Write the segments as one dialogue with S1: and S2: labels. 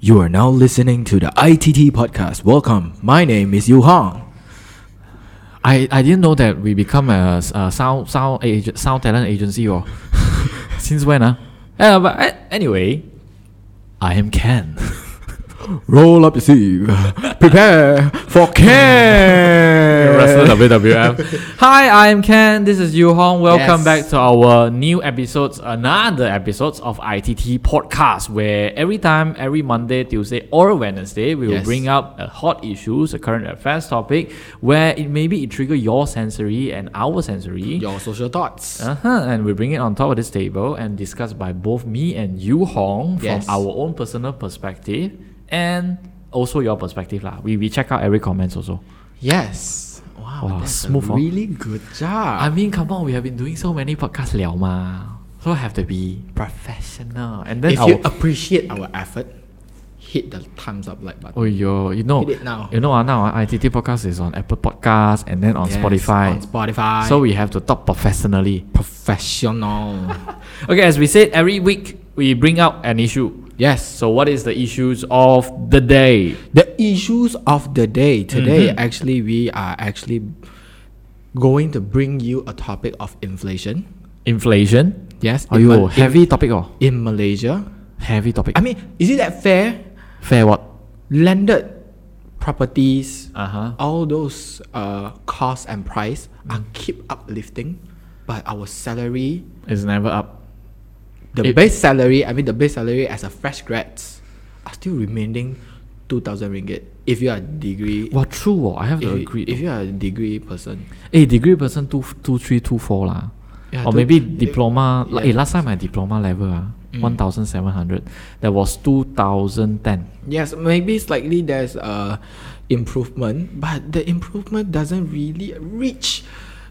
S1: You are now listening to the ITT podcast. Welcome. My name is Yu Hong.
S2: I, I didn't know that we become a, s- a sound sound agent sound talent agency or since when huh? Uh, but uh, anyway, I am Ken.
S1: Roll up your sleeve. Prepare for Ken.
S2: WWF. Hi, I am Ken. This is Yu Hong.
S1: Yes.
S2: Welcome back to our new episodes, another episodes of ITT podcast, where every time, every Monday, Tuesday, or Wednesday, we will
S1: Yes.
S2: bring up a hot issues, a current affairs topic, where it maybe it trigger your sensory and our sensory.
S1: Your social thoughts.
S2: Uh-huh. And we bring it on top of this table and discuss by both me and you, Hong, from
S1: Yes.
S2: our own personal perspective and also your perspective. lah. We, we check out every comments also.
S1: Yes. Wow,
S2: Wow,
S1: that's
S2: smooth,
S1: a
S2: huh?
S1: really good job.
S2: I mean, come on, we have been doing so many podcasts liao ma. So have to be professional. And then
S1: if
S2: our,
S1: you appreciate our effort, hit the thumbs up like button.
S2: oh yo, you know,
S1: Hit it now.
S2: you know, ah, now ah, ITT podcast is on Apple Podcasts and then on
S1: Yes,
S2: Spotify.
S1: On Spotify.
S2: so we have to talk professionally.
S1: professional.
S2: Okay, as we said, every week we bring out an issue.
S1: yes.
S2: So what is the issues of the day?
S1: The issues of the day today,
S2: Mm-hmm.
S1: actually, we are actually going to bring you a topic of inflation.
S2: Inflation.
S1: Yes,
S2: Oh,
S1: in,
S2: yo,
S1: Ma-
S2: heavy topic oh.
S1: in, in Malaysia.
S2: Heavy topic.
S1: I mean, is it that fair?
S2: fair what?
S1: Landed properties,
S2: Uh huh.
S1: all those uh, costs and price are keep uplifting, but our salary,
S2: It's never up.
S1: the
S2: It-
S1: base salary, I mean the base salary as a fresh grads, are still remaining two thousand ringgit if you are degree.
S2: Well, true. Oh. I have
S1: If
S2: to
S1: you,
S2: agree.
S1: if you are a degree person,
S2: Eh, degree person two two three two four lah.
S1: Yeah,
S2: or
S1: two-
S2: maybe
S1: it-
S2: diploma. Like eh,
S1: yeah. Mm.
S2: last time my diploma level ah, one thousand seven hundred. That was two thousand ten.
S1: Yes, maybe slightly there's uh, improvement, but the improvement doesn't really reach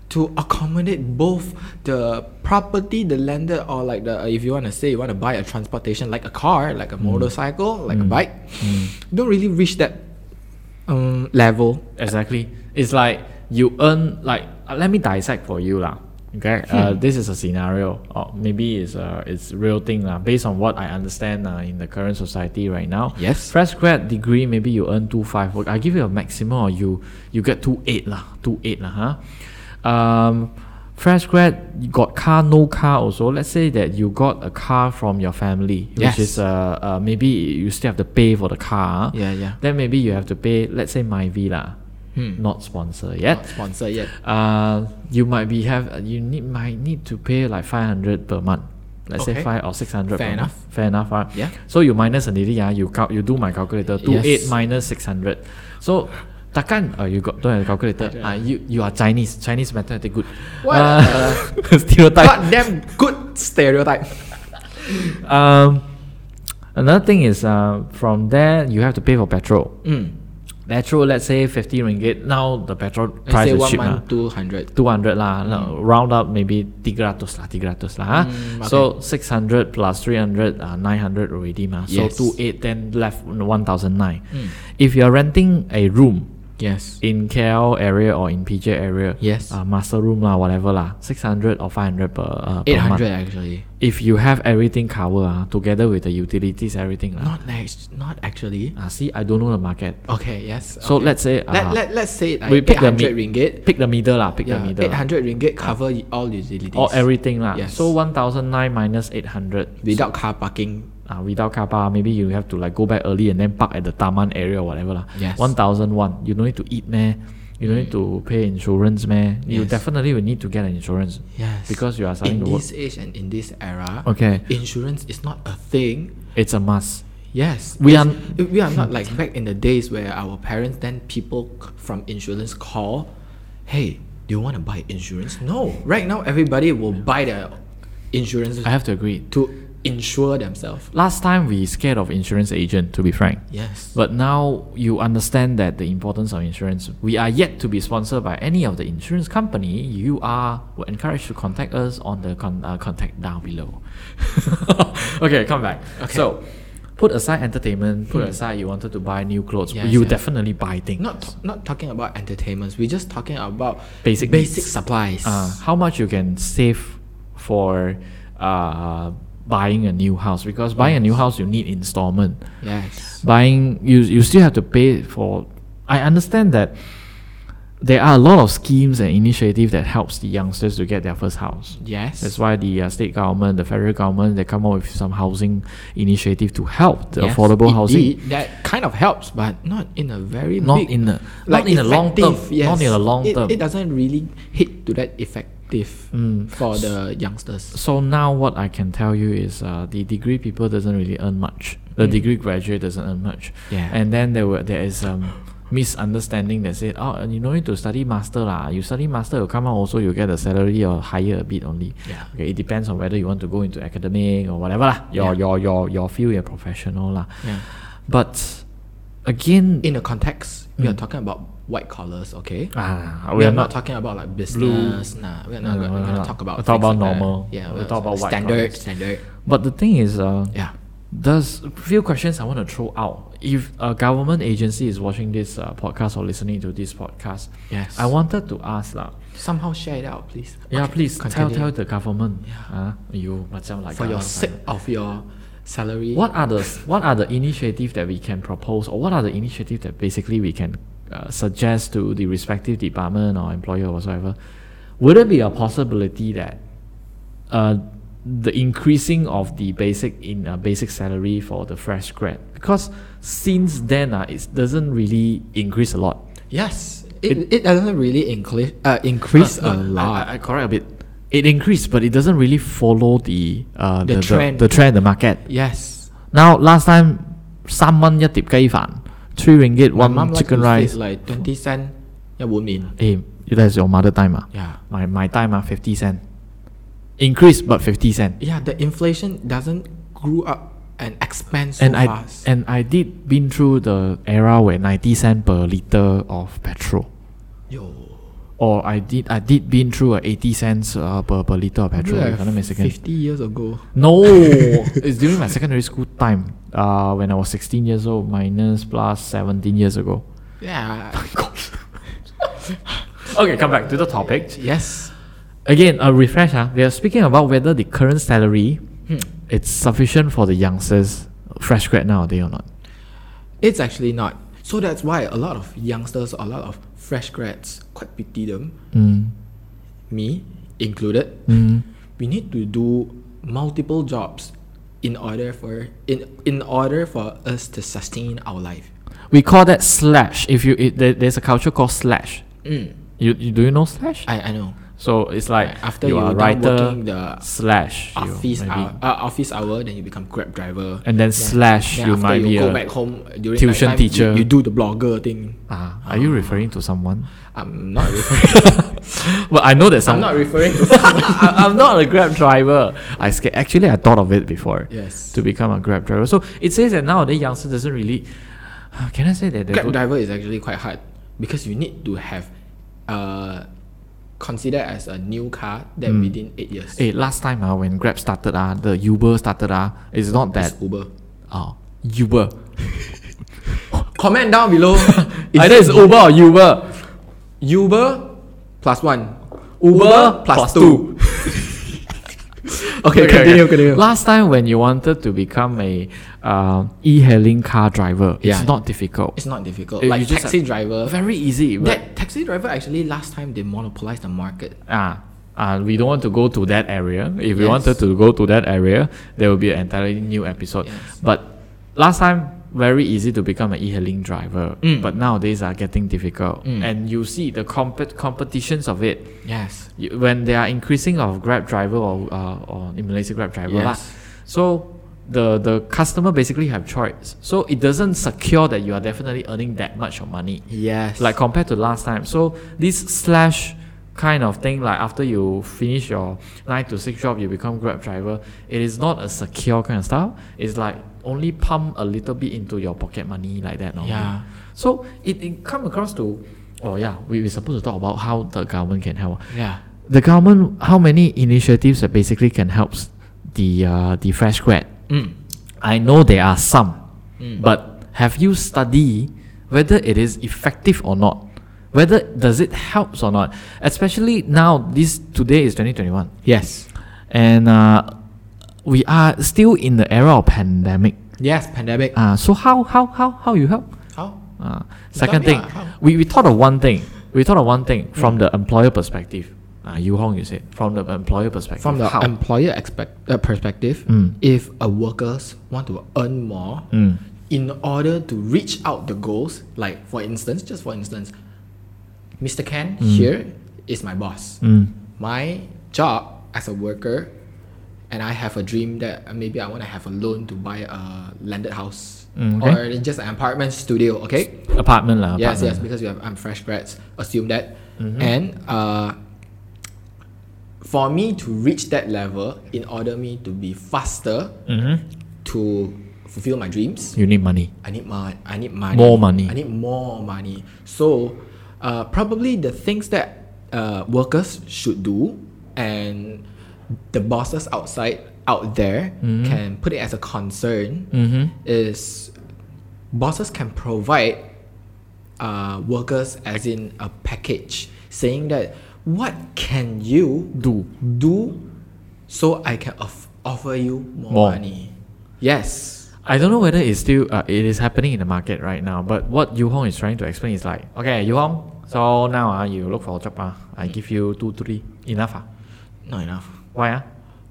S1: to accommodate both the property, the landed, or like the if you want to say you want to buy a transportation like a car, like a motorcycle, like a bike, you don't really reach that um, level.
S2: Exactly. It's like you earn like uh, let me dissect for you lah. Okay. Uh,
S1: Hmm.
S2: this is a scenario, or maybe it's a it's real thing lah. Based on what I understand uh, in the current society right now.
S1: Yes.
S2: Fresh grad degree, maybe you earn two five. I give you a maximum, or you you get two eight lah, two eight lah, huh? Um, fresh grad you got car, no car also. Let's say that you got a car from your family,
S1: Yes.
S2: which is uh, uh maybe you still have to pay for the car.
S1: Yeah, yeah. Hmm.
S2: Then maybe you have to pay, let's say my villa, not sponsor
S1: Not
S2: yet.
S1: sponsored yet.
S2: Uh, you might be have uh, you need might need to pay like five hundred per month. Let's
S1: Okay.
S2: say five or six hundred.
S1: Fair
S2: per
S1: enough.
S2: Month. Fair enough, right?
S1: Yeah.
S2: So you minus a little, yeah. You cal- you do my calculator. Two
S1: Yes.
S2: eight minus six hundred. So. Takan, oh, you got don't have a calculator. Ah, you you are Chinese. Chinese mathematics good.
S1: What?
S2: Uh, stereotype.
S1: Goddamn good stereotype.
S2: Um, another thing is uh, from there you have to pay for petrol.
S1: Mm.
S2: Petrol, let's say 50 ringgit. Now the petrol
S1: Let's
S2: price
S1: say
S2: is
S1: one
S2: cheap. lah.
S1: month two hundred.
S2: 200 lah,
S1: Hmm.
S2: no, round up maybe 300 lah, 300 lah. ha.
S1: Mm,
S2: So 600 plus 300, uh, 900 already mah.
S1: Yes. Hmm.
S2: So 28 then left 1009. If you're renting a room
S1: Yes.
S2: in KL area or in PJ area,
S1: Yes.
S2: uh, master room lah, whatever lah, 600 or 500 per, uh,
S1: Eight
S2: per month.
S1: hundred actually.
S2: If you have everything covered ah, together with the utilities, everything lah.
S1: Not next. Not actually.
S2: Ah, see, I don't know the market.
S1: Okay. Yes.
S2: So let's say
S1: let,
S2: ah,
S1: let, let's say like
S2: we pick the
S1: 800
S2: mi-
S1: ringgit
S2: pick the middle lah, pick
S1: yeah,
S2: the middle.
S1: 800 ringgit cover y- all utilities
S2: Or everything lah.
S1: Yes.
S2: So 1009 minus 800
S1: without car parking
S2: uh, without car park, maybe you have to like go back early and then park at the Taman area or whatever lah.
S1: Yes.
S2: 1001. You don't need to eat man. You don't need to pay insurance man. You
S1: Yes.
S2: definitely will need to get an insurance.
S1: yes
S2: Because you are starting
S1: in
S2: to work.
S1: this age and in this era
S2: Okay.
S1: insurance is not a thing
S2: It's a must.
S1: yes
S2: We
S1: it's-
S2: are-
S1: we are not like back in the days where our parents then people c- from insurance call hey do you want to buy insurance no right now everybody will buy their insurance
S2: I have to agree.
S1: to insure themselves
S2: Last time we scared of insurance agent to be frank.
S1: yes
S2: But now you understand that the importance of insurance. We are yet to be sponsored by any of the insurance company. You are encouraged to contact us on the con- uh, contact down below. okay, come back. So, put aside entertainment. Put aside you wanted to buy new clothes.
S1: Yes,
S2: you
S1: yes.
S2: definitely buy things.
S1: not t- not talking about entertainments. We're just talking about
S2: Basic
S1: basic
S2: needs.
S1: supplies.
S2: uh, how much you can save for uh, buying a new house because buying a new house you need installment.
S1: yes. Yes.
S2: buying you you still have to pay for i understand that there are a lot of schemes and initiatives that helps the youngsters to get their first house
S1: Yes.
S2: that's why the uh, state government the federal government they come up with some housing initiative to help the
S1: Yes,
S2: affordable housing
S1: indeed, That kind of helps, but not in a very
S2: not
S1: big,
S2: in a
S1: like
S2: not in a long term
S1: effective, yes.
S2: not in a long
S1: It-
S2: term Mm.
S1: It doesn't really hit to that effective for the youngsters.
S2: so now what I can tell you is uh, the degree people doesn't really earn much. The degree graduate doesn't earn
S1: Mm.
S2: much.
S1: Yeah.
S2: And then there were there is um misunderstanding that said, oh, you no need to study master lah. You study master, you come out also you get a salary or higher a bit only.
S1: Yeah.
S2: Okay, it depends on whether you want to go into academic or whatever lah. Your
S1: Yeah.
S2: your your your field, your professional lah.
S1: Yeah.
S2: But again,
S1: In a context, we
S2: Mm.
S1: are talking about white collars, okay?
S2: ah,
S1: we are not, talking about like business. Nah, we are not
S2: No, no,
S1: going
S2: no,
S1: to
S2: no.
S1: talk about.
S2: We'll talk
S1: things
S2: about
S1: like that.
S2: normal.
S1: Yeah,
S2: We'll
S1: well,
S2: talk about white
S1: standard.
S2: collars.
S1: Standard.
S2: But the thing is, uh,
S1: Yeah.
S2: There's a few questions I want to throw out. If a government agency is watching this uh, podcast or listening to this podcast,
S1: Yes.
S2: I wanted to ask lah.
S1: Somehow share it out, please.
S2: Yeah,
S1: Okay,
S2: please tell
S1: continue.
S2: tell the government. Yeah. you macam like
S1: for your
S2: government.
S1: sake of your salary.
S2: What are the what are the initiatives that we can propose, or what are the initiatives that basically we can uh, suggest to the respective department or employer or whatsoever? Would it be a possibility that uh, the increasing of the basic in uh, basic salary for the fresh grad? Because since then, uh, it doesn't really increase a lot.
S1: Yes, it, it, doesn't really increase uh, increase a
S2: No,
S1: lot.
S2: I, I correct a bit. It increased, but it doesn't really follow the uh,
S1: The
S2: the,
S1: trend.
S2: the, the trend, the market.
S1: yes,
S2: Now last time 三蚊一碟雞飯 Three ringgit
S1: my
S2: one
S1: mom likes
S2: chicken
S1: to
S2: rice
S1: say like twenty cent. Yeah, woman.
S2: Eh, that's your mother time ah.
S1: Yeah,
S2: My my time ah, 50 cent Increase but 50 cent
S1: yeah. The inflation doesn't grew up and expand so
S2: And I
S1: fast.
S2: and I did been through the era where 90 cent per liter of petrol
S1: Yo,
S2: or I did I did been through a 80 cents uh, per, per liter of petrol if I'm not mistaken.
S1: fifty years ago.
S2: No, it's during my secondary school time. Uh, when I was 16 years old, minus plus 17 years ago. Oh
S1: Yeah.
S2: Okay, come back to the topic.
S1: yes.
S2: Again, a refresh. Huh? We are speaking about whether the current salary
S1: Hmm.
S2: it's sufficient for the youngsters, fresh grad nowadays or not.
S1: It's actually not. So that's why a lot of youngsters, a lot of fresh grads, quite pity them,
S2: Mm.
S1: me included. We need to do multiple jobs in order for in in order for us to sustain our life.
S2: We call that slash. If you it, there, there's a culture called slash.
S1: Mm,
S2: You, you do you know slash?
S1: I I know.
S2: so it's like
S1: After you
S2: you are a
S1: done
S2: writer
S1: working the
S2: slash you
S1: Office
S2: maybe.
S1: hour, uh, office hour, then you become grab driver.
S2: and then slash
S1: Then
S2: you
S1: after
S2: might
S1: you
S2: be
S1: go
S2: a,
S1: back home during nighttime, you-
S2: tuition teacher.
S1: You, do the blogger thing.
S2: Ah, are you referring to someone?
S1: I'm not referring.
S2: Well, I know that
S1: I'm not
S2: someone.
S1: referring to.
S2: I, I'm not a Grab driver. I sca- actually I thought of it before.
S1: Yes.
S2: To become a Grab driver. So it says that nowadays youngster doesn't really. uh, Can I say that? they
S1: Grab
S2: don't-
S1: driver is actually quite hard because you need to have uh considered as a new car that within eight years.
S2: Eh, last time uh, when Grab started ah, the Uber started ah, it's not
S1: It's
S2: that
S1: Uber.
S2: oh Uber.
S1: Comment down below. is
S2: Either
S1: it
S2: it's Uber or Uber.
S1: Uber plus one.
S2: Uber
S1: plus,
S2: plus
S1: two. okay, continue, continue.
S2: Last time when you wanted to become a uh, e-hailing car driver,
S1: Yeah.
S2: it's not difficult.
S1: It's not difficult.
S2: Eh, you
S1: like
S2: just
S1: taxi
S2: have-
S1: driver.
S2: Very easy. but-
S1: That taxi driver actually last time they monopolized the market.
S2: ah, ah, we don't want to go to that area. If we
S1: Yes.
S2: wanted to go to that area, there will be an entirely new episode.
S1: Yes.
S2: But last time, very easy to become an e-hailing driver.
S1: Mm.
S2: But nowadays are getting difficult. And you see the comp- competitions of it.
S1: Yes.
S2: You, when they are increasing of Grab driver or, uh, or in Malaysia Grab driver. lah.
S1: Yes.
S2: So the, the customer basically have choice. So it doesn't secure that you are definitely earning that much of money
S1: Yes.
S2: like compared to last time. So this slash kind of thing, like after you finish your nine to six job, you become Grab driver. It is not a secure kind of stuff. It's like only pump a little bit into your pocket money like that. normally.
S1: Yeah.
S2: So it, it come across to, oh yeah, we we supposed to talk about how the government can help.
S1: yeah.
S2: The government, how many initiatives that basically can help the uh, the fresh grad
S1: Mm.
S2: I know there are some,
S1: Hmm.
S2: but have you studied whether it is effective or not? Whether does it helps or not? Especially now, this today is 2021,
S1: Yes.
S2: and uh, we are still in the era of pandemic.
S1: Yes, pandemic.
S2: Uh, so how how how how you help?
S1: How?
S2: Uh,
S1: Tell
S2: second
S1: me
S2: thing,
S1: lah, how? Hmm.
S2: we, we thought of one thing. We thought of one thing from the employer perspective. Uh, Yu Hong, you said from the employer perspective.
S1: From the
S2: how?
S1: employer expect, uh, perspective,
S2: Mm.
S1: if a workers want to earn more in order to reach out the goals, like for instance, just for instance, Mr. Ken
S2: Mm.
S1: here is my boss. My job as a worker, and I have a dream that uh, maybe I want to have a loan to buy a landed house
S2: Mm, okay.
S1: or just an apartment studio. Okay.
S2: apartment lah.
S1: Yes, yes,
S2: apartment.
S1: because we have, I'm fresh grads. Assume that, and uh, for me to reach that level, in order me to be faster to fulfill my dreams,
S2: You need money.
S1: I need my I need money.
S2: More money.
S1: I need more money. So, uh, probably the things that uh, workers should do and the bosses outside out there
S2: Mm-hmm.
S1: can put it as a concern is bosses can provide uh, workers as in a package saying that what can you
S2: Do.
S1: do so I can of- offer you more,
S2: More.
S1: money. Yes.
S2: I don't know whether it's still uh, it is happening in the market right now, but what Yu Hong is trying to explain is like, okay, Yu Hong, so now uh, you look for a job, uh, I give you two, three, enough. Uh?
S1: Not enough.
S2: Why? Uh?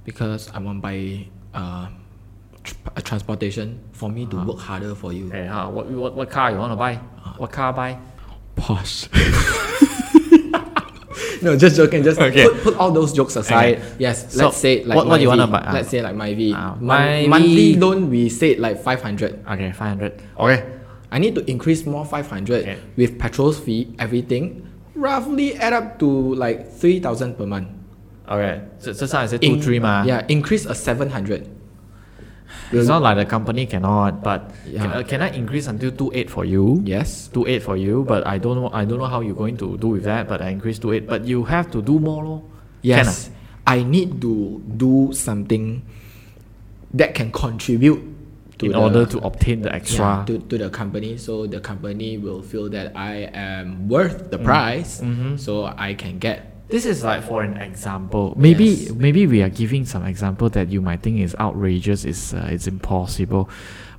S1: because I want buy uh, tr- a transportation for me
S2: Uh-huh.
S1: to work harder for you.
S2: Hey, uh, what, what, what car you want to buy? What car buy?
S1: Posh. no, just joking. Just
S2: Okay.
S1: put, put all those jokes aside.
S2: Okay.
S1: Yes,
S2: So,
S1: let's say like
S2: what- what
S1: my
S2: you wanna
S1: V.
S2: buy? Ah.
S1: Let's say like my V.
S2: Ah,
S1: Mon-
S2: my
S1: monthly
S2: V.
S1: loan we said like five hundred.
S2: Okay, 500. Okay.
S1: I need to increase more five hundred
S2: Okay.
S1: with petrol fee everything. Roughly add up to like three thousand per month.
S2: Okay. So, so I said
S1: In-
S2: two, three, ma.
S1: Yeah, increase a seven hundred.
S2: It's not like the company cannot, but can,
S1: Yeah.
S2: uh, can I increase until two eight for you?
S1: Yes.
S2: Two eight for you, but I don't know. I don't know how you're going to do with that. But I increase two eight, but you have to do more, lor. Can ah?
S1: Yes, I need to do something that can contribute to
S2: in
S1: the,
S2: order to obtain the
S1: yeah,
S2: extra.
S1: to, to the company, so the company will feel that I am worth the
S2: Mm.
S1: price,
S2: Mm-hmm.
S1: so I can get.
S2: this is like for an example. Maybe
S1: Yes.
S2: maybe we are giving some example that you might think is outrageous, is uh, it's impossible,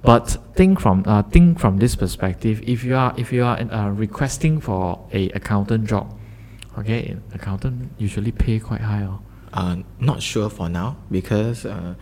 S2: but think from uh, think from this perspective. If you are if you are uh, requesting for a accountant job, okay, accountant usually pay quite high. Oh.
S1: Uh, not sure for now because uh,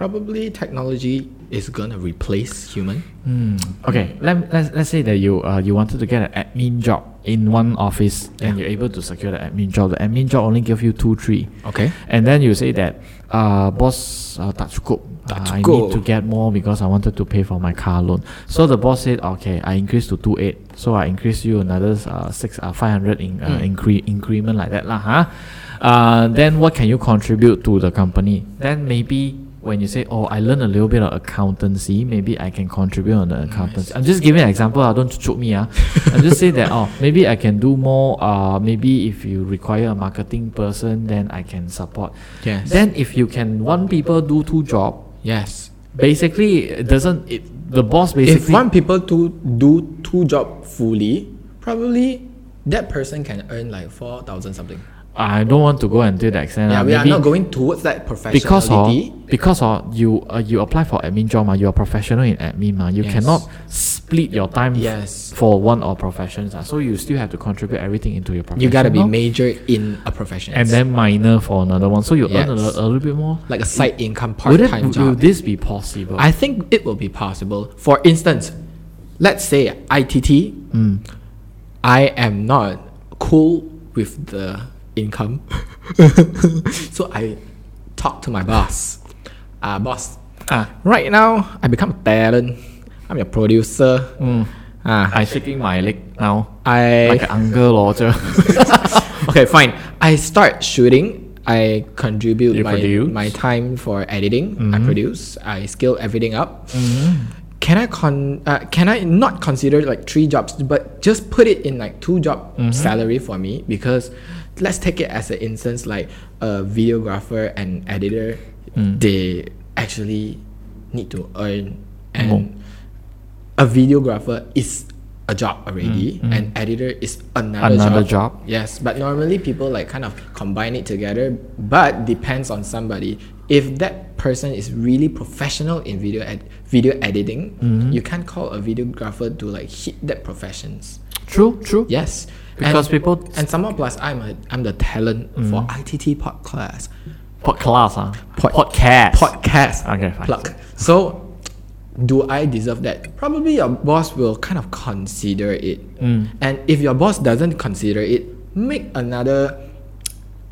S1: probably technology is gonna replace human.
S2: Hmm. Okay, let, let's, let's say that you uh, you wanted to get an admin job in one office and you're able to secure the admin job. The admin job only give you two, three.
S1: Okay.
S2: And then you say that, uh, boss, uh, tak cukup.
S1: Tak
S2: Uh, I
S1: cukup.
S2: need to get more because I wanted to pay for my car loan. So the boss said, okay, I increase to two eight. So I increase you another uh, six, uh, five hundred in, uh, incre- increment like that lah, huh? Uh, then what can you contribute to the company? Then maybe when you say, oh, I learn a little bit of accountancy, maybe I can contribute on the accountancy. I'm just giving an example. ah, don't choke me. ah. I'm just saying that, oh, maybe I can do more. Uh, maybe if you require a marketing person, then I can support.
S1: Yes.
S2: Then if you can one people do two job,
S1: yes.
S2: basically it doesn't it the boss
S1: If
S2: basically
S1: one people to do two job fully, probably that person can earn like four thousand something.
S2: I don't want to go and do the extent.
S1: Yeah,
S2: lah.
S1: we are
S2: Maybe
S1: not going towards that professionality.
S2: because hor, because hor, you uh, you apply for admin job ma, you are professional in admin ma, you
S1: Yes.
S2: cannot split your time f-
S1: Yes.
S2: for one or professions ah. so you still have to contribute everything into your profession.
S1: You gotta be
S2: lor.
S1: major in a profession.
S2: and then minor for another one, so you earn a,
S1: Yes.
S2: li- a little bit more.
S1: like a side income part
S2: Would it
S1: time
S2: will
S1: job.
S2: this be possible?
S1: I think it will be possible. For instance, let's say ITT, I am not cool with the income. so I talk to my boss. Uh, boss,
S2: ah,
S1: right now I become a talent. I'm a producer. Ah,
S2: I shaking my leg now.
S1: I
S2: like an uncle Roger.
S1: okay, fine. I start shooting. I contribute
S2: You
S1: my,
S2: produce. Mm-hmm.
S1: my time for editing. I produce. I scale everything up. Can I con? Uh, can I not consider like three jobs, but just put it in like two job
S2: Mm-hmm.
S1: salary for me? Because let's take it as an instance, like a videographer and editor,
S2: Mm.
S1: they actually need to earn, and a videographer is a job already, and editor is another,
S2: Mm, Another job.
S1: Yes, but normally people like kind of combine it together, but depends on somebody. if that person is really professional in video ed- video editing,
S2: Mm-hmm.
S1: you can't call a videographer to like hit that professions.
S2: True, true.
S1: Yes,
S2: Because Mm.
S1: and,
S2: people
S1: and somehow plus I'm a I'm the talent for ITT podcast
S2: podcast, huh?
S1: Pod-
S2: podcast,
S1: podcast.
S2: Okay, fine.
S1: Plug. So, do I deserve that? Probably your boss will kind of consider it.
S2: Mm.
S1: And if your boss doesn't consider it, make another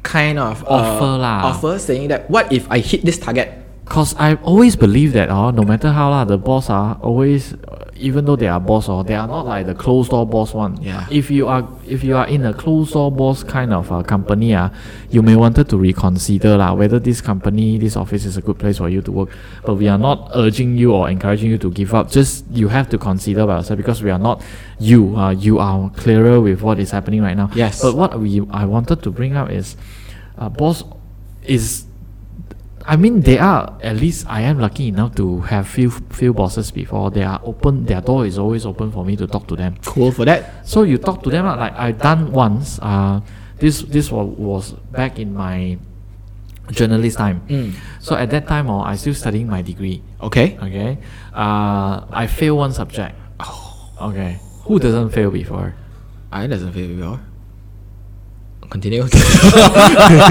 S1: kind of uh,
S2: Offer lah.
S1: Offer saying that what if I hit this target?
S2: Cause I always believe that oh, no matter how lah, the boss are always, uh, even though they are boss or they are not like the closed door boss one.
S1: Yeah.
S2: If you are if you are in a closed door boss kind of uh, company ah, you may wanted to reconsider lah whether this company this office is a good place for you to work. But we are not urging you or encouraging you to give up. Just you have to consider by yourself because we are not you. Uh, you are clearer with what is happening right now.
S1: Yes.
S2: But what we I wanted to bring up is, uh, boss, is I mean, they are at least I am lucky enough to have few few bosses before. They are open. Their door is always open for me to talk to them.
S1: Cool for that.
S2: So you talk to them lah, like I done once. Uh, this this was, was back in my journalist time. So at that time, oh, I still studying my degree.
S1: Okay.
S2: Okay, uh, I fail one subject. Okay, who doesn't fail before?
S1: I doesn't feel well. Continue.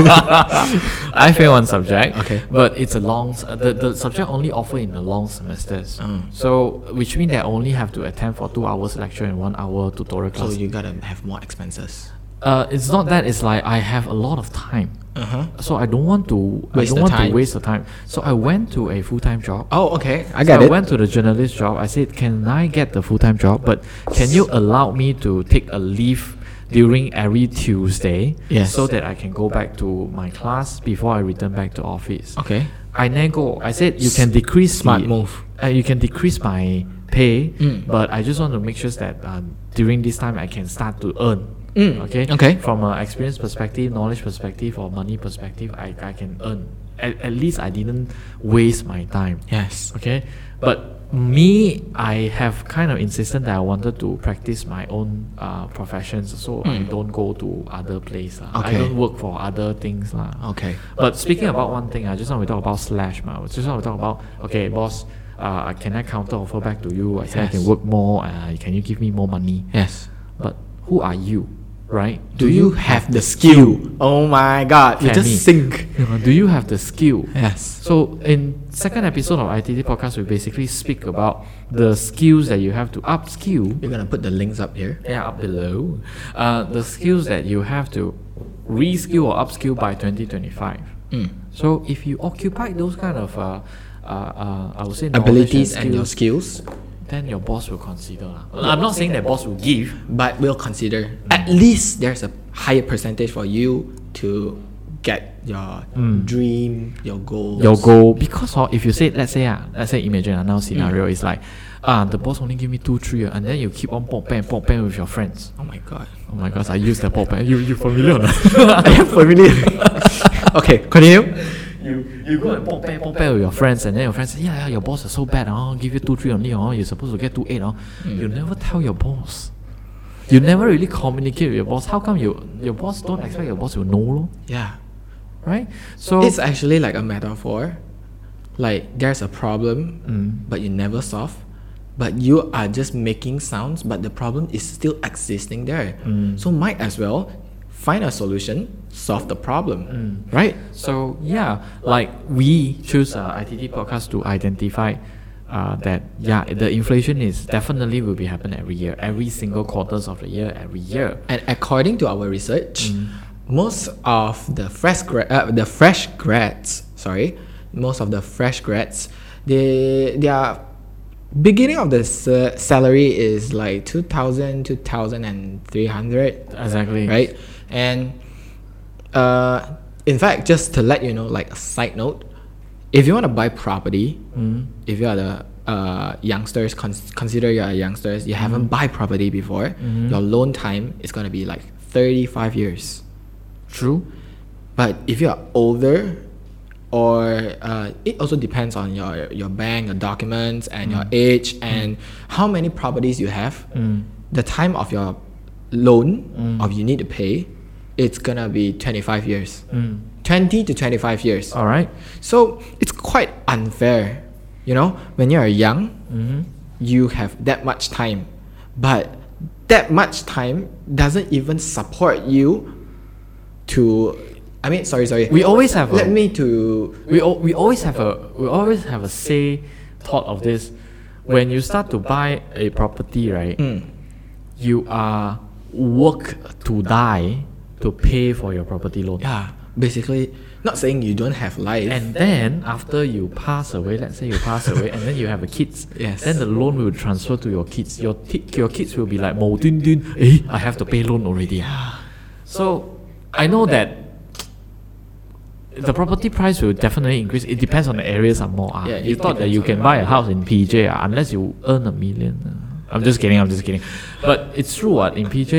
S2: I fail one subject.
S1: Okay.
S2: But it's a long. s- The, the subject only offer in the long semesters.
S1: Mm.
S2: So which means they only have to attend for two hours lecture and one hour tutorial
S1: so
S2: class.
S1: you gotta have more expenses.
S2: uh, it's not that. It's like I have a lot of time.
S1: Uh huh.
S2: So I don't want to.
S1: Waste
S2: I
S1: the
S2: don't want
S1: time.
S2: to waste the time. So I went to a full time job.
S1: Oh, okay. I
S2: So
S1: got
S2: I
S1: it.
S2: went to the journalist job. I said, "Can I get the full time job? But can you allow me to take a leave during every Tuesday,
S1: Yes.
S2: so that I can go back to my class before I return back to office?"
S1: okay.
S2: I nego. I said you can decrease
S1: Smart
S2: the-
S1: move. Mm.
S2: Uh, you can decrease my pay, but I just want to make sure that um, during this time I can start to earn.
S1: Mm,
S2: Okay.
S1: okay.
S2: From an experience perspective, knowledge perspective, or money perspective, I, I can earn. At, at least I didn't waste my time.
S1: Yes.
S2: Okay. But me, I have kind of insisted that I wanted to practice my own uh, professions, so I don't go to other place. lah.
S1: Hmm. Okay.
S2: I don't work for other things. lah.
S1: Okay.
S2: But speaking about one thing, I just now we talk about slash ma. Just now we talk about okay, boss. Uh, can I counter offer back to you? I say I can
S1: Yes.
S2: work more. Uh, can you give me more money?
S1: Yes.
S2: But who are you, right?
S1: Do you have the skill? Oh my god, you
S2: Can
S1: just
S2: me.
S1: sink.
S2: do you have the skill?
S1: Yes.
S2: So in second episode of ITT podcast, we basically speak about the skills that you have to upskill.
S1: We're gonna put the links up here.
S2: Yeah, up below. Uh, the skills that you have to reskill or upskill by 2025. So if you occupy those kind of, uh, uh, uh, I would say, knowledge
S1: Abilities and your skills,
S2: then your boss will consider. lah. I'm not saying that boss will give.
S1: but we'll consider at least there's a higher percentage for you to get your dream, Mm. your goals.
S2: Your goal because oh, if you say let's say ah, let's say imagine ah, now scenario is like, ah the boss only give me two three ah, and then you keep on pop bang pop bang with your friends.
S1: Oh my god.
S2: Oh my gosh, I use that pop bang. You you familiar? or not?
S1: I am familiar. okay, continue.
S2: you you go and pop bang pop bang with your friends and then your friends say yeah, yeah your boss is so bad oh give you two three only oh you're supposed to get two eight oh you never tell your boss. You never really communicate with your boss. How come you your boss don't expect your boss will know, lor?
S1: Yeah.
S2: right? So
S1: It's actually like a metaphor. Like there's a problem, but you never solve. But you are just making sounds, but the problem is still existing there. So might as well find a solution, solve the problem, right?
S2: So yeah, like we choose uh, ITT podcast to identify uh, that yeah, the inflation is definitely will be happen every year, every single quarters of the year, every year.
S1: And according to our research, most of the fresh gra- uh, the fresh grads, sorry, most of the fresh grads, they their beginning of the sa- salary is like 2000 2300
S2: Exactly.
S1: right? And uh, in fact, just to let you know, like a side note, if you want to buy property, if you are the uh, youngsters, cons- consider you are youngsters, you haven't buy property before, your loan time is going to be like 35 years.
S2: True.
S1: But if you are older, or uh, it also depends on your your bank, your documents, and your
S2: Mm.
S1: age, and how many
S2: Mm.
S1: properties you have, the time of your loan, of you need to pay, it's gonna be 25 years,
S2: Mm. Oh.
S1: 20 to 25 years.
S2: All right.
S1: So it's quite unfair, you know, when you are young,
S2: Mm-hmm.
S1: you have that much time, but that much time doesn't even support you to. I mean, sorry, sorry.
S2: We always have a-
S1: Let me to.
S2: we, al- we always have a we always have a say thought of this when you start to buy a property right
S1: Hmm.
S2: you are work to die to pay for your property loan
S1: Yeah, basically, not saying you don't have life.
S2: and then after you pass away let's say you pass away and then you have a kids
S1: Yes.
S2: then the loan will transfer to your kids your ti- your kids will be like "Mo dun dun, eh, i have to pay loan already ah." so i know that the property price will definitely increase. It depends on the areas I'm more. ah.
S1: Yeah,
S2: you
S1: it
S2: thought that you can buy a house in PJ ah, unless you earn a million. ah. I'm just kidding. I'm just kidding. But it's true. What in PJ,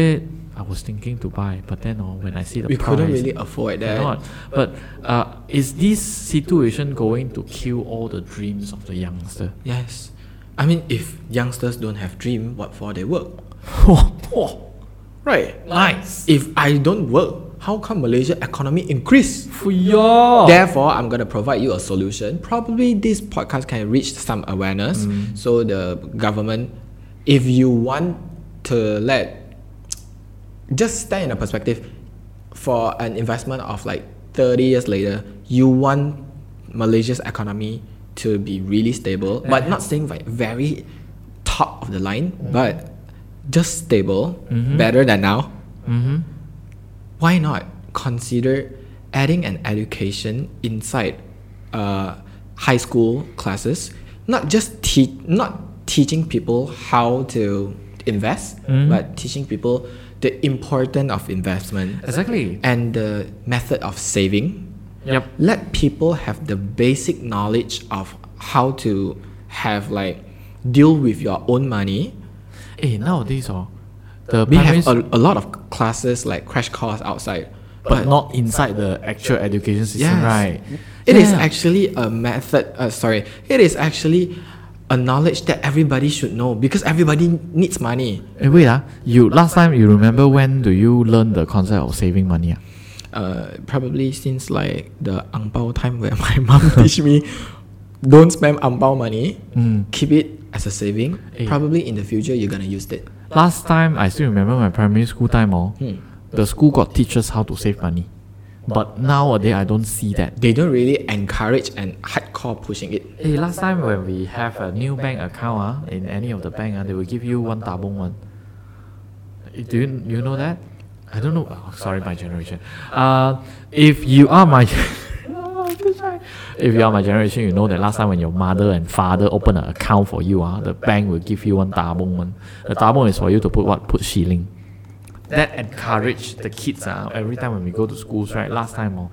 S2: I was thinking to buy, but then oh, when I see the
S1: we
S2: price,
S1: couldn't really afford that.
S2: cannot. But uh, is this situation going to kill all the dreams of the youngster?
S1: Yes. I mean, if youngsters don't have dream, what for they work? Right.
S2: nice
S1: If I don't work, how come Malaysia economy increase?
S2: for your.
S1: Therefore, I'm gonna provide you a solution. Probably this podcast can reach some awareness. So the government, if you want to let, just stand in a perspective, for an investment of like 30 years later, you want Malaysia's economy to be really stable, but not saying like very top of the line, but just stable, better than now why not consider adding an education inside uh, high school classes? Not just te- not teaching people how to invest,
S2: Mm-hmm.
S1: but teaching people the importance of investment
S2: Exactly.
S1: and the method of saving.
S2: Yep.
S1: Let people have the basic knowledge of how to have like deal with your own money.
S2: Hey, nowadays oh, the
S1: We
S2: primary
S1: have
S2: school-
S1: a, a lot of classes like crash course outside,
S2: but not inside the actual education system,
S1: Yes.
S2: right?
S1: It is
S2: Yeah.
S1: actually a method. Uh, sorry, it is actually a knowledge that everybody should know because everybody needs money.
S2: Eh, wait ah, you last time you remember when do you learn the concept of saving money? ah?
S1: Uh, probably since like the angpao time where my mom teach me, don't spend angpao money,
S2: Mm.
S1: keep it as a saving. Probably in the future you're gonna use it.
S2: Last time I still remember my primary school time oh,
S1: Hmm.
S2: the school got teachers how to save money, but nowadays I don't see that.
S1: They don't really encourage and hardcore pushing it.
S2: Hey, last time when we have a new bank account ah, in any of the bank ah, they will give you one tabung one. Eh, Do you, you know that? I don't know. Oh, sorry, my generation. Uh, if you are my if you are my generation, you know that last time when your mother and father open an account for you ah, the bank will give you one tabung one. The tabung is for you to put what? Put shilling that encouraged the kids uh, every time when we go to schools right last time oh,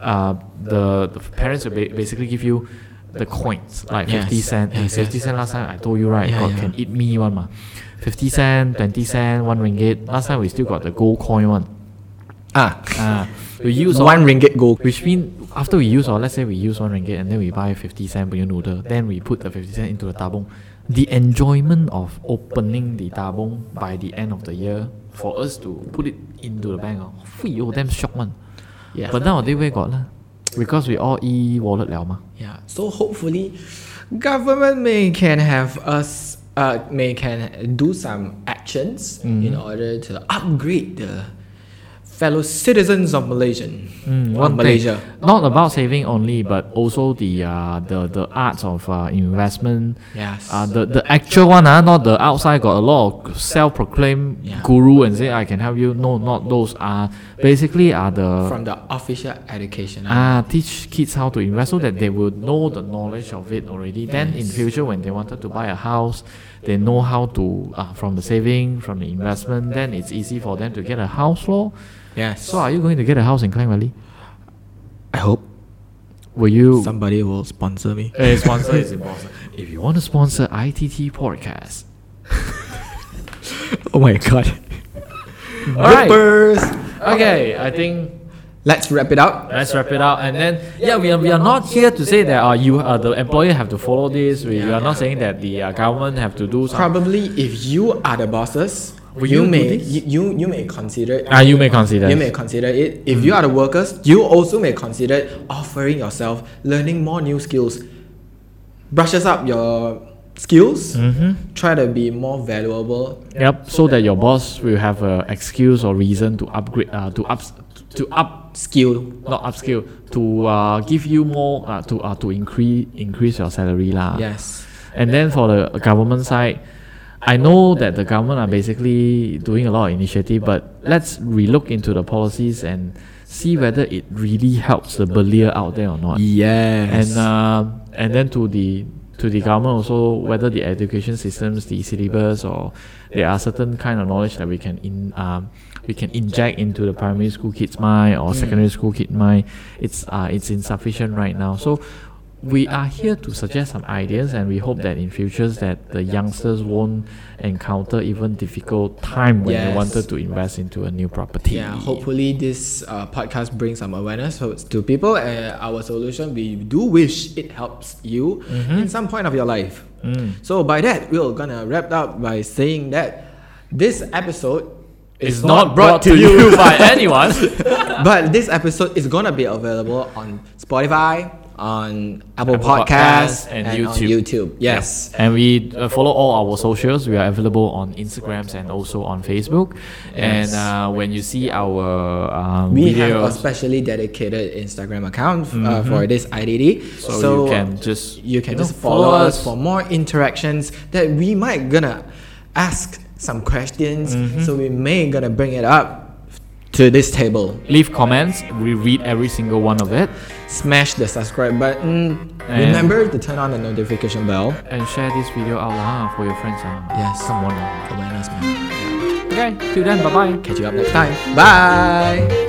S2: uh, the, the parents will ba- basically give you the coins like 50
S1: Yes,
S2: cent eh,
S1: yes,
S2: 50 cent last time I told you right
S1: Yeah,
S2: God
S1: yeah.
S2: can eat me one ma. 50 cent 20 cent 1 ringgit last time we still got the gold coin one
S1: Ah,
S2: uh, we use
S1: one ringgit gold.
S2: which means after we use or let's say we use one ringgit and then we buy fifty cent punya noodle, then we put the fifty cent into the tabung. The enjoyment of opening the tabung by the end of the year for us to put it into the bank, oh, fuyo, damn shock one.
S1: Yeah.
S2: But nowadays where got lah? Because we all e wallet 了 mah.
S1: Yeah. So hopefully, government may can have us uh, may can do some actions in order to upgrade the fellow citizens of Malaysia.
S2: One
S1: of Malaysia.
S2: thing, not about saving only, but also the uh, the the art of uh, investment.
S1: Yes.
S2: Uh, the the actual one, uh, not the outside. Got a lot of self-proclaimed
S1: Yeah.
S2: guru and say I can help you. No, not those. Are basically are the
S1: From the official education.
S2: ah teach kids how to invest so that they will know the knowledge of it already. Then in future when they wanted to buy a house, they know how to uh, from the saving from the investment. Then it's easy for them to get a house lor.
S1: yes.
S2: So are you going to get a house in Klang Valley?
S1: I hope
S2: Will you?
S1: somebody will sponsor me.
S2: Eh, sponsor is impossible. If you want to sponsor ITT podcast,
S1: Oh my god.
S2: Alright.
S1: Bloopers.
S2: okay, I think
S1: Let's wrap it up.
S2: let's wrap it up. And then yeah, we are, we are not here to say that uh, you uh, the employer have to follow this. We, we are not saying that the uh, government have to do something.
S1: Probably if you are the bosses,
S2: Will
S1: you,
S2: you do
S1: may
S2: this?
S1: you, you you may consider
S2: Ah, you may consider.
S1: you may consider it if you are the workers you also may consider offering yourself learning more new skills brushes up your skills
S2: Mm-hmm.
S1: try to be more valuable
S2: Yep. So that your boss will have a excuse or reason to upgrade, uh, to up, to up,
S1: skill
S2: not upskill, to uh, give you more, uh, to uh, to increase increase your salary lah.
S1: yes
S2: And then for the government side, I know that the government are basically doing a lot of initiative, but let's relook into the policies and see whether it really helps the belier out there or not.
S1: yes
S2: And uh, and then to the to the government also whether the education systems, the syllabus, or there are certain kind of knowledge that we can in um, we can inject into the primary school kids' mind or secondary school kid mind. It's uh, it's insufficient right now. So we are here to suggest some ideas and we hope that in futures that the youngsters won't encounter even difficult time when they
S1: Yes.
S2: wanted to invest into a new property.
S1: Yeah, hopefully this uh, podcast brings some awareness to to people. And our solution, we do wish it helps you
S2: Mm-hmm.
S1: in some point of your life.
S2: Mm.
S1: So by that, we're gonna wrap up by saying that this episode
S2: It's not brought to you by anyone.
S1: but this episode is gonna be available on Spotify, on Apple,
S2: Apple
S1: Podcasts,
S2: Podcasts and
S1: on
S2: YouTube.
S1: YouTube. Yes.
S2: And we uh, follow all our socials. We are available on Instagrams and also on Facebook. And uh, when you see our um,
S1: We have a
S2: videos, Mm-hmm.
S1: specially dedicated Instagram account f- uh, for this IDD,
S2: so, you can just
S1: you can
S2: know,
S1: just follow, us for more interactions that we might gonna ask some questions
S2: Mm-hmm.
S1: so we may gonna bring it up to this table
S2: Leave comments. We read every single one of it
S1: smash the subscribe button
S2: And-
S1: remember to turn on the notification bell
S2: and share this video out loud for your friends uh. and
S1: Yes.
S2: someone.
S1: awareness man
S2: Okay. Till then, bye bye.
S1: catch you up next time bye